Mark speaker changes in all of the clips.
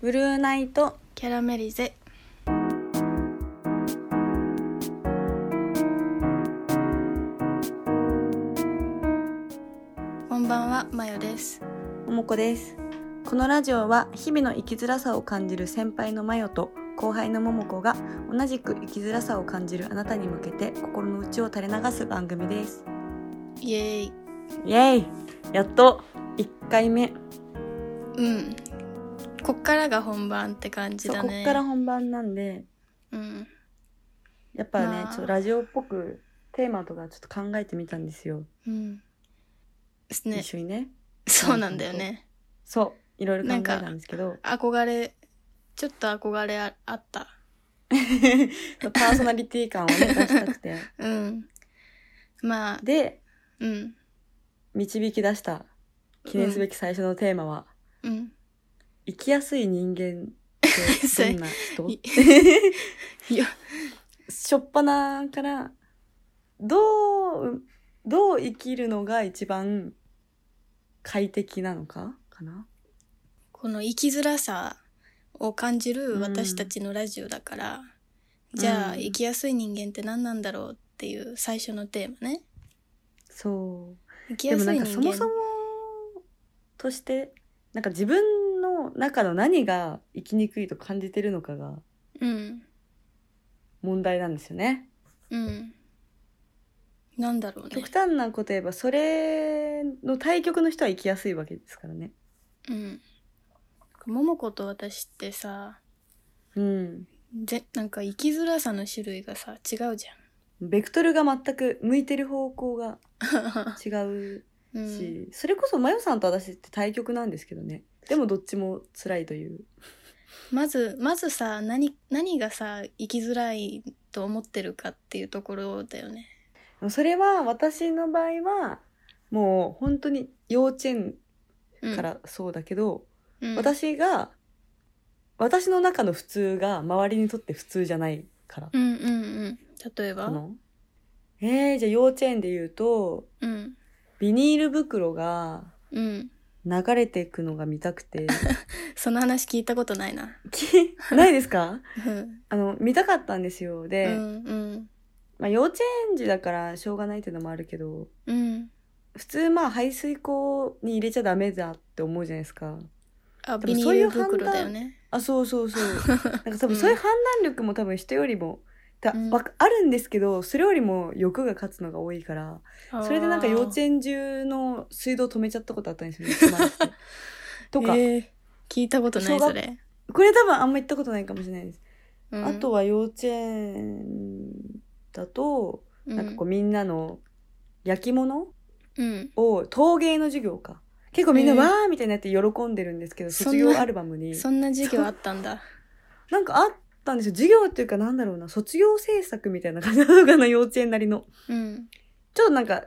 Speaker 1: ブルーナイト
Speaker 2: キャラメリゼこんばんはまよです
Speaker 1: ももこですこのラジオは日々の生きづらさを感じる先輩のマヨと後輩のももこが同じく生きづらさを感じるあなたに向けて心の内を垂れ流す番組です
Speaker 2: イエーイ
Speaker 1: イエイやっと1回目
Speaker 2: うんこっからが本番って感じ
Speaker 1: そう
Speaker 2: だ
Speaker 1: こ
Speaker 2: ね
Speaker 1: っから本番なんで
Speaker 2: うん
Speaker 1: やっぱね、
Speaker 2: ま
Speaker 1: ち
Speaker 2: あ
Speaker 1: ょっとラジオっぽくテーマとかちょっと考えてみたんですよ、
Speaker 2: うんですね
Speaker 1: 一緒にね
Speaker 2: そうなんだよね
Speaker 1: そういろいろ考えた
Speaker 2: な
Speaker 1: ん
Speaker 2: んか
Speaker 1: ですけど
Speaker 2: 憧れちょっと憧れああった
Speaker 1: パーソナリティ感をね出したくて
Speaker 2: うんまあ
Speaker 1: で
Speaker 2: うん
Speaker 1: 導き出した記念すべき最初のテーマは、
Speaker 2: うん
Speaker 1: 生きやすい人間ってどんな人
Speaker 2: いいや
Speaker 1: しょっぱなからどうどう生きるのが一番快適なのかかな
Speaker 2: この生きづらさを感じ
Speaker 1: う
Speaker 2: る
Speaker 1: ん
Speaker 2: 私たちのラジオだから、じゃあ
Speaker 1: うん
Speaker 2: 生きやすい人間って何なんだろうっていう最初のテーマね
Speaker 1: そう
Speaker 2: 生き
Speaker 1: で
Speaker 2: や
Speaker 1: も
Speaker 2: す
Speaker 1: ないん
Speaker 2: 人
Speaker 1: か
Speaker 2: 間
Speaker 1: そもそもとしてなんか自分の中の何が生きにくいと感じてるのかが
Speaker 2: うん
Speaker 1: 問題なんですよね。
Speaker 2: うんなんだろうね
Speaker 1: 極端なこと言えばそれの対極の人は生きやすいわけですからね。
Speaker 2: うん桃子と私ってさ
Speaker 1: うん。
Speaker 2: ぜなんか生きづらさの種類がさ違うじ
Speaker 1: ベクトルが全く向いてる方向が
Speaker 2: ゃん、
Speaker 1: 違う
Speaker 2: うん、
Speaker 1: し、それこそマヨさんと私って対極なんですけどね。でもどっちも辛いという。
Speaker 2: まずまずさ何何がさ生きづらいと思ってるかっていうところだよね。
Speaker 1: それは私の場合はもう本当に幼稚園
Speaker 2: うん
Speaker 1: からそうだけど、
Speaker 2: うん
Speaker 1: 私が私の中の普通が周りにとって普通じゃないから。
Speaker 2: うんうんうん例えば
Speaker 1: このえー、じゃあ幼稚園で言うと
Speaker 2: うん
Speaker 1: ビニール袋が
Speaker 2: うん
Speaker 1: 流れていくのが見たく て
Speaker 2: その話聞いたことないな。
Speaker 1: きないですか
Speaker 2: うん
Speaker 1: あの見たかったんですよ
Speaker 2: う
Speaker 1: で、
Speaker 2: ん
Speaker 1: まあ、幼稚園児だからしょうがないっていうのもあるけど
Speaker 2: うん
Speaker 1: 普通まあ排水溝に入れちゃダメだって思うじゃないですか
Speaker 2: あ
Speaker 1: でも
Speaker 2: ビニ
Speaker 1: そうい
Speaker 2: ー
Speaker 1: う
Speaker 2: ル
Speaker 1: 判断
Speaker 2: 袋だよね。
Speaker 1: あそうそう そうなんか多
Speaker 2: うん
Speaker 1: 分そういう判断力も多分人よりもた
Speaker 2: うん
Speaker 1: わかあるんですけどそれよりも欲が勝つのが多いからそれでなんか幼稚
Speaker 2: 園
Speaker 1: 園中の水道止めちゃったことあったん ですよねつまらせてとか、
Speaker 2: 聞いたことない
Speaker 1: 小学
Speaker 2: それ。
Speaker 1: これ多分あんま言ったことないかもしれないです、
Speaker 2: うん
Speaker 1: あとは幼稚園だとなんかこうみんなの焼き物
Speaker 2: うんうん
Speaker 1: を陶芸の授業か結構みんな
Speaker 2: えー
Speaker 1: わーみたいになって喜んでるんですけど、
Speaker 2: そんな
Speaker 1: 卒業アルバムに
Speaker 2: そんな授業あったんだ。
Speaker 1: なんかあったんですよ授業っていうかなんだろうな卒業制作みたいな感じなのかな幼稚園なりの
Speaker 2: うん
Speaker 1: ちょっとなんか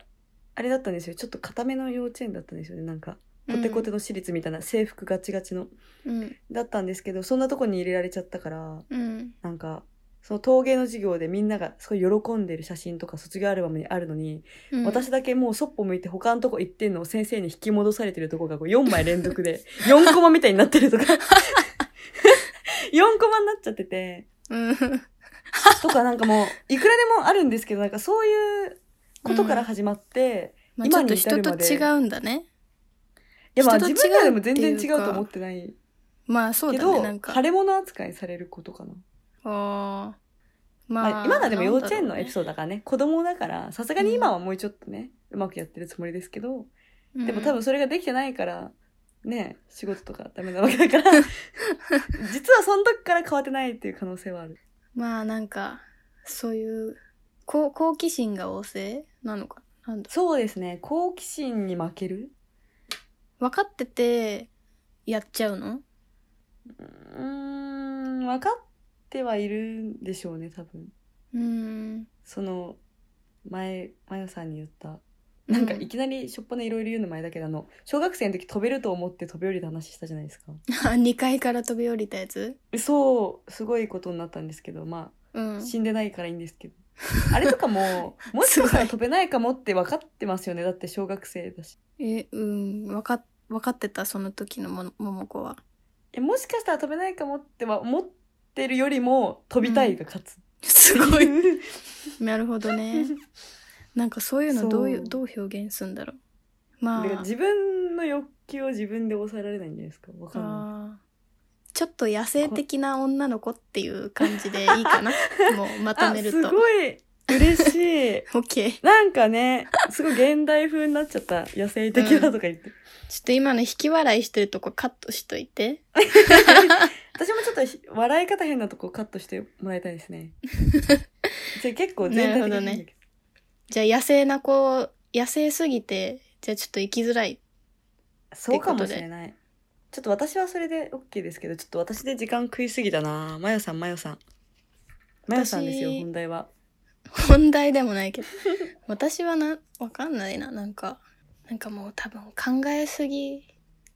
Speaker 1: あれだったんですよちょっと固めの幼稚園だったんですよねなんかコテコテの私立みたいな制服ガチガチの
Speaker 2: うん
Speaker 1: だったんですけどそんなとこに入れられちゃったから
Speaker 2: うん
Speaker 1: なんかその陶芸の授業でみんながすごい喜んでる写真とか卒業アルバムにあるのに、
Speaker 2: うん
Speaker 1: 私だけもうそっぽ向いて他のとこ行ってんのを先生に引き戻されてるとこがこう4枚連続 で4コマみたいになってるとか4コマになっちゃってて
Speaker 2: うん
Speaker 1: とかなんかもういくらでもあるんですけどなんかそういうことから始まって、
Speaker 2: まあちょ
Speaker 1: 今
Speaker 2: っと
Speaker 1: に至
Speaker 2: 人
Speaker 1: る
Speaker 2: と
Speaker 1: まで
Speaker 2: 違うんだね。
Speaker 1: いやまあ
Speaker 2: 人と違う
Speaker 1: 自分らでも全然
Speaker 2: ってい
Speaker 1: 違
Speaker 2: う
Speaker 1: う
Speaker 2: か
Speaker 1: と思ってない
Speaker 2: まあそう
Speaker 1: け
Speaker 2: だ
Speaker 1: ど、
Speaker 2: ねなんか
Speaker 1: 腫。れ物扱いされることかな、
Speaker 2: あー
Speaker 1: まあ、今がでも幼稚園のエピ
Speaker 2: ー
Speaker 1: ソードだからね子供だからさすがに今はもうちょっとね、うまくやってるつもりですけど、
Speaker 2: ド
Speaker 1: でも多分それができてないからね仕事とかダメなわけだ から実はその時から変わってないっていう可能性はある
Speaker 2: まあなんかそういう好好奇心が旺盛なのかなんだ
Speaker 1: そうですね好奇心に負ける
Speaker 2: 分かっててやっちゃうの
Speaker 1: うーん分かってはいるんでしょうね多分
Speaker 2: うーん
Speaker 1: その前まよさんに言ったなんか
Speaker 2: う
Speaker 1: いきなりしょっぱないろいろ言うの前だけどあの小学生の時飛べると思って飛び降りた話したじゃないです か
Speaker 2: 2階から飛び降りたやつ
Speaker 1: そうすごいことになったんですけどま
Speaker 2: うん
Speaker 1: あ死んでないからいいんですけど、あれとか ももしかしたら飛べないかもって分かってますよねだって小学生だし
Speaker 2: えうん分か分かってたその時のもももこは
Speaker 1: えもしかしたら飛べないかもっては思ってるよりも飛びたいが勝つ、
Speaker 2: すご い。なるほどね。なんかそういうのどういう
Speaker 1: そう
Speaker 2: どう表現するんだろう。
Speaker 1: だ
Speaker 2: ま
Speaker 1: から
Speaker 2: あ
Speaker 1: 自分の欲求を自分で抑えられないんじゃないですかわかんな
Speaker 2: あーちょっと野生的な女の子っていう感じでいいか な。もうま
Speaker 1: い
Speaker 2: とめ
Speaker 1: あ
Speaker 2: る
Speaker 1: す
Speaker 2: と。
Speaker 1: ごい嬉 しい
Speaker 2: オッケー。
Speaker 1: なんかねすごい現代風になっちゃった野生的だとか言って、
Speaker 2: ちょっと今の引き笑いしてるとこカットしといて。
Speaker 1: 私もちょっとひ笑い方変なとこカットしてもらいたいです ねじゃあ結構全体的にいいんだけど
Speaker 2: なるじゃあ野生な子、野生すぎて、じゃあちょっと生きづらい。
Speaker 1: そうかもしれないちょっと私はそれで OK ですけどちょっと私で時間食いすぎたなまよさんまよさんまよさんですよ
Speaker 2: 私
Speaker 1: 本題は
Speaker 2: 本題でもな いけど。私はな、わかんないな。なんか、なんかもう多分考えすぎ。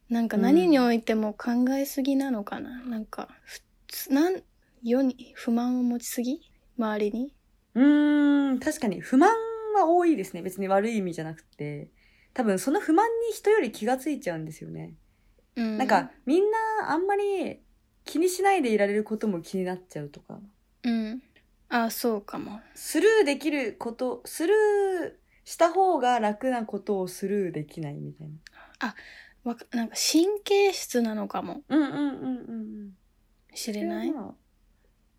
Speaker 2: なんか何においても考えすぎなのかな。なんか、ふつ、なん、世に不満を持ちすぎ周りに。
Speaker 1: うーん確かに不満は多いですね別に悪い意味じゃなくて多分その不満に人より気がついちゃうんですよね、
Speaker 2: うん。
Speaker 1: なんか、みんなあんまり気にしないでいられることも気になっちゃうとか
Speaker 2: うん。あ、そうかも。
Speaker 1: スルーできることスルーした方が楽なことをスルーできないみたいな
Speaker 2: わかなんか神経質なのかも
Speaker 1: うんうんうんうんうん
Speaker 2: しれない
Speaker 1: そ。はまあ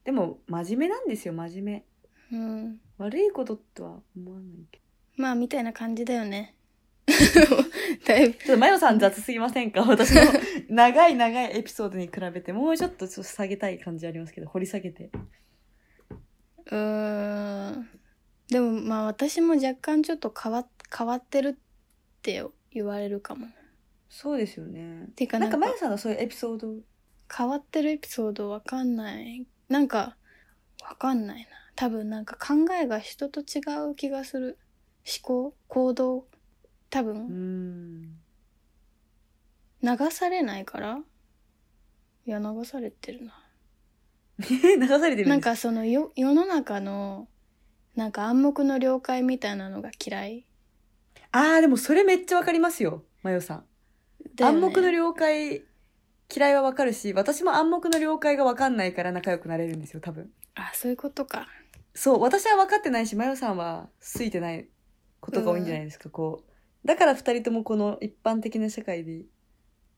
Speaker 1: でも真面目なんですよ真面目
Speaker 2: うん。
Speaker 1: 悪いこととは思わないけど
Speaker 2: まあ、みたいな感じだよね。 だいぶ。
Speaker 1: ちょっとマヨさん雑すぎませ んか私の長い長いエピソードに比べてもうちょっとちょっと下げたい感じありますけど掘り下げて
Speaker 2: うーん。でも、まあ、私も若干ちょっと変わ、変わってるって言われるかも。っ
Speaker 1: そうですよね
Speaker 2: ていうか
Speaker 1: な
Speaker 2: なんん
Speaker 1: か
Speaker 2: か、
Speaker 1: マヨさんのそういうエピソード
Speaker 2: 変わってるエピソードわかんない。なんか、わかんないな。多分なんか考えが人と違う気がする。思考行動多
Speaker 1: う
Speaker 2: 分、
Speaker 1: ん
Speaker 2: 流されないからいや、流されてるな。
Speaker 1: 流されてる
Speaker 2: なん
Speaker 1: です
Speaker 2: かそのよ世の中のなんか暗黙の了解みたいなのが嫌い
Speaker 1: あーでもそれめっちゃわかりますよマヨさん
Speaker 2: だよね
Speaker 1: 暗黙の了解嫌いはわかるし私も暗黙の了解がわかんないから仲良くなれるんですよ多分
Speaker 2: あそういうことか
Speaker 1: そう私は分かってないしマヨさんはついてないことが多いんじゃないですか、こうだから二人ともこの一般的な社会で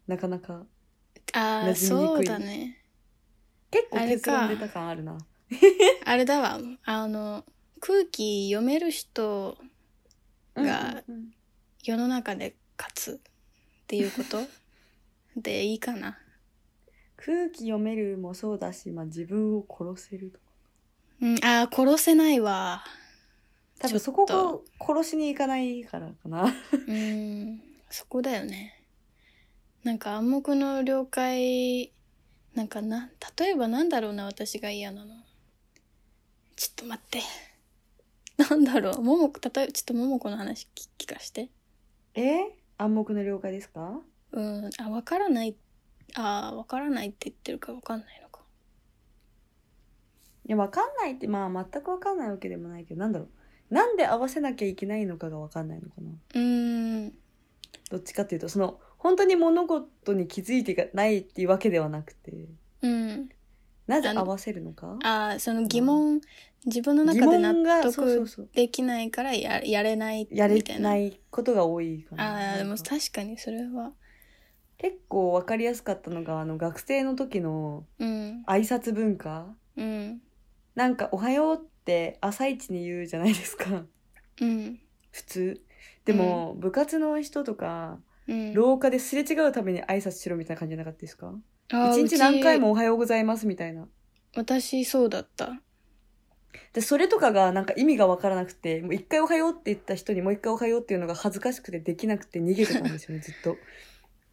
Speaker 1: なかなか
Speaker 2: あ
Speaker 1: 馴
Speaker 2: あ
Speaker 1: 染みに
Speaker 2: そ
Speaker 1: く
Speaker 2: う
Speaker 1: い
Speaker 2: だね
Speaker 1: 結構
Speaker 2: あれ
Speaker 1: 結
Speaker 2: か
Speaker 1: 論出た感あるな
Speaker 2: あれだわあの空気読める人が
Speaker 1: うんうんうん
Speaker 2: 世の中で勝つっていうことでいいかな
Speaker 1: 空気読めるもそうだし、まあ、自分を殺せるとか
Speaker 2: うんああ殺せないわ
Speaker 1: 多
Speaker 2: ちょ
Speaker 1: 分
Speaker 2: っと
Speaker 1: そこを殺しに行かないからかな
Speaker 2: うんそこだよねなんか暗黙の了解なんかな例えばなんだろうな私が嫌なのちょっと待ってなんだろうももこ例えばちょっとももこの話聞聞かして
Speaker 1: え暗黙の了解ですか
Speaker 2: うんあわからないあわからないって言ってるかわかんないのか
Speaker 1: いや分かんないってまあ全く分かんないわけでもないけどなんだろうなんで合わせなきゃいけないのかが分かんないのかな
Speaker 2: うん
Speaker 1: どっちかっていうとその本当に物事に気づいてないっていうわけではなくて
Speaker 2: うん
Speaker 1: なぜ
Speaker 2: あの
Speaker 1: 合わせるのか
Speaker 2: あその疑問自分の中で納
Speaker 1: そうそう
Speaker 2: 得
Speaker 1: そう
Speaker 2: できないからややれないみた
Speaker 1: やれ
Speaker 2: いな
Speaker 1: ないことが多いかな
Speaker 2: あーでも
Speaker 1: なんか
Speaker 2: 確かにそれは
Speaker 1: 結構分かりやすかったのがあの学生の時の
Speaker 2: うん
Speaker 1: 挨拶文化
Speaker 2: うん
Speaker 1: なんか「おはよう」って朝一に言うじゃないですか
Speaker 2: うん
Speaker 1: 普通でも、部活の人とか
Speaker 2: うん
Speaker 1: 廊下ですれ違うために挨拶しろみたいな感じじゃなかったですか
Speaker 2: あー
Speaker 1: 一
Speaker 2: うち
Speaker 1: 日何回も「おはようございます」みたいな
Speaker 2: 私そうだった
Speaker 1: でそれとかがなんか意味が分からなくてもう一回「おはよう」って言った人にもう一回「おはよう」っていうのが恥ずかしくてできなくて逃げてたんですよね ずっと。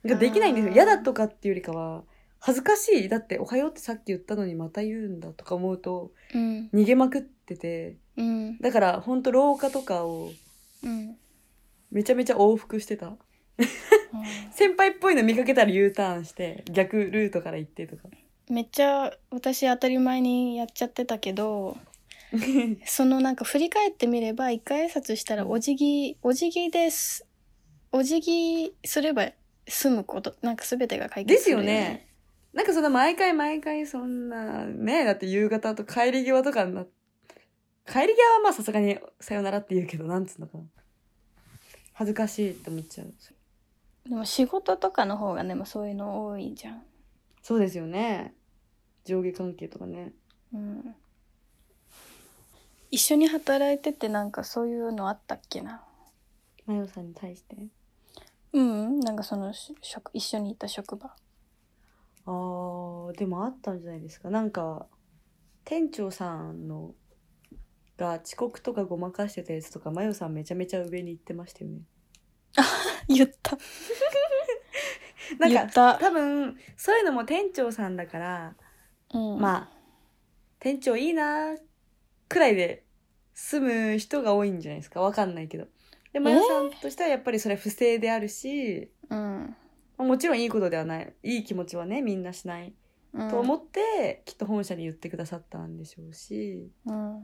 Speaker 1: なんかできないんですよ
Speaker 2: あー
Speaker 1: 嫌だとかっていうよりかは恥ずかしいだって「おはよう」ってさっき言ったのにまた言うんだとか思うと
Speaker 2: うん
Speaker 1: 逃げまくってて
Speaker 2: うん
Speaker 1: だからほんと廊下とかを
Speaker 2: うん
Speaker 1: めちゃめちゃ往復してた
Speaker 2: あ
Speaker 1: 先輩っぽいの見かけたら U ターンして逆ルートから行ってとか
Speaker 2: ーめっちゃ私当たり前にやっちゃってたけど
Speaker 1: うん
Speaker 2: そのなんか振り返ってみれば一回挨拶したらお辞儀お辞儀ですお辞儀すれば済むことなんか全てが解決
Speaker 1: ですよねなんかその毎回毎回そんな、ねえ、だって夕方と帰り際とかにな、帰り際はまあさすがにさよならって言うけど、なんつうのかな。恥ずかしいって思っちゃう。
Speaker 2: でも仕事とかの方がでもそういうの多いじゃん。
Speaker 1: そうですよね。上下関係とかね。
Speaker 2: うん。一緒に働いててなんかそういうのあったっけな。
Speaker 1: マヨさんに対して。
Speaker 2: うん、なんかそのし職一緒にいた職場。
Speaker 1: あー、でもあったんじゃないですか。なんか、店長さんの、が遅刻とかごまかしてたやつとか、マヨさんめちゃめちゃ上に行ってましたよね。
Speaker 2: 言った。
Speaker 1: なん
Speaker 2: 言っ
Speaker 1: か、
Speaker 2: た。
Speaker 1: 多分、そういうのも店長さんだから、
Speaker 2: うん。あ。
Speaker 1: まあ、店長いいなーくらいで住む人が多いんじゃないですか。わかんないけど。で、マヨさんとしてはやっぱりそれは不正であるし、
Speaker 2: うん。
Speaker 1: まあもちろんいいことではない。いい気持ちはね、みんなしない。
Speaker 2: うん、
Speaker 1: と思って、きっと本社に言ってくださったんでしょうし、
Speaker 2: うん。
Speaker 1: な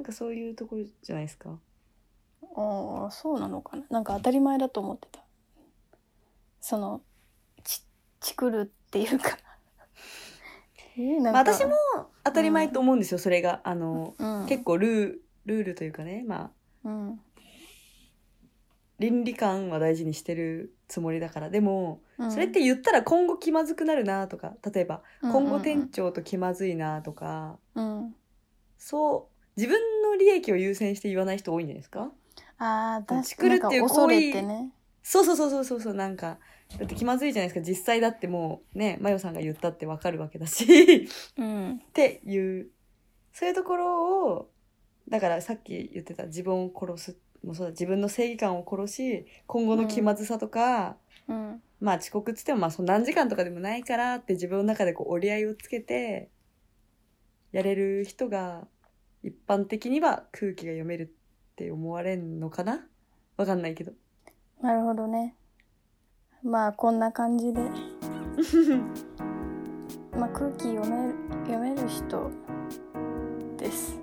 Speaker 1: んかそういうところじゃないですか。
Speaker 2: ああそうなのかななんか当たり前だと思ってたそのちちくるってい うかえーなん
Speaker 1: まあ私も当たり前と思うんですよ、それが。あの、
Speaker 2: うん
Speaker 1: 結構ルールールというかね、まあ、
Speaker 2: うん
Speaker 1: 倫理観は大事にしてるつもりだから。でも、
Speaker 2: うん
Speaker 1: それって言ったら今後気まずくなるなとか例えば
Speaker 2: うん
Speaker 1: 今後店長と気まずいなとか、
Speaker 2: うん
Speaker 1: そう自分の利益を優先して言わない人多いんじゃないですか
Speaker 2: ああ確かに
Speaker 1: ちくるっていう行為
Speaker 2: 恐れてね
Speaker 1: そうそうそうそうそうそうなんかだって気まずいじゃないですか実際だってもうねマヨさんが言ったってわかるわけだし っ
Speaker 2: うん
Speaker 1: ていうそういうところをだからさっき言ってた自分を殺すもそうだ自分の正義感を殺し今後の気まずさとか、
Speaker 2: うん
Speaker 1: まあ遅刻っつってもまあその何時間とかでもないからって自分の中でこう折り合いをつけてやれる人が一般的には空気が読めるって思われんのかなわかんないけど。
Speaker 2: なるほどねまあこんな感じで、まあ、空気読める読める人です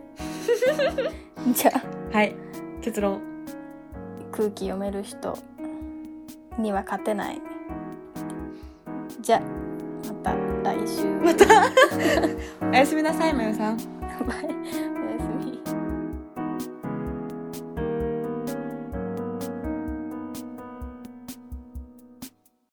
Speaker 2: じゃあ
Speaker 1: はい。結論。
Speaker 2: 空気読める人には勝てないじゃまた来週
Speaker 1: またおやすみなさい、まよさん。
Speaker 2: バイ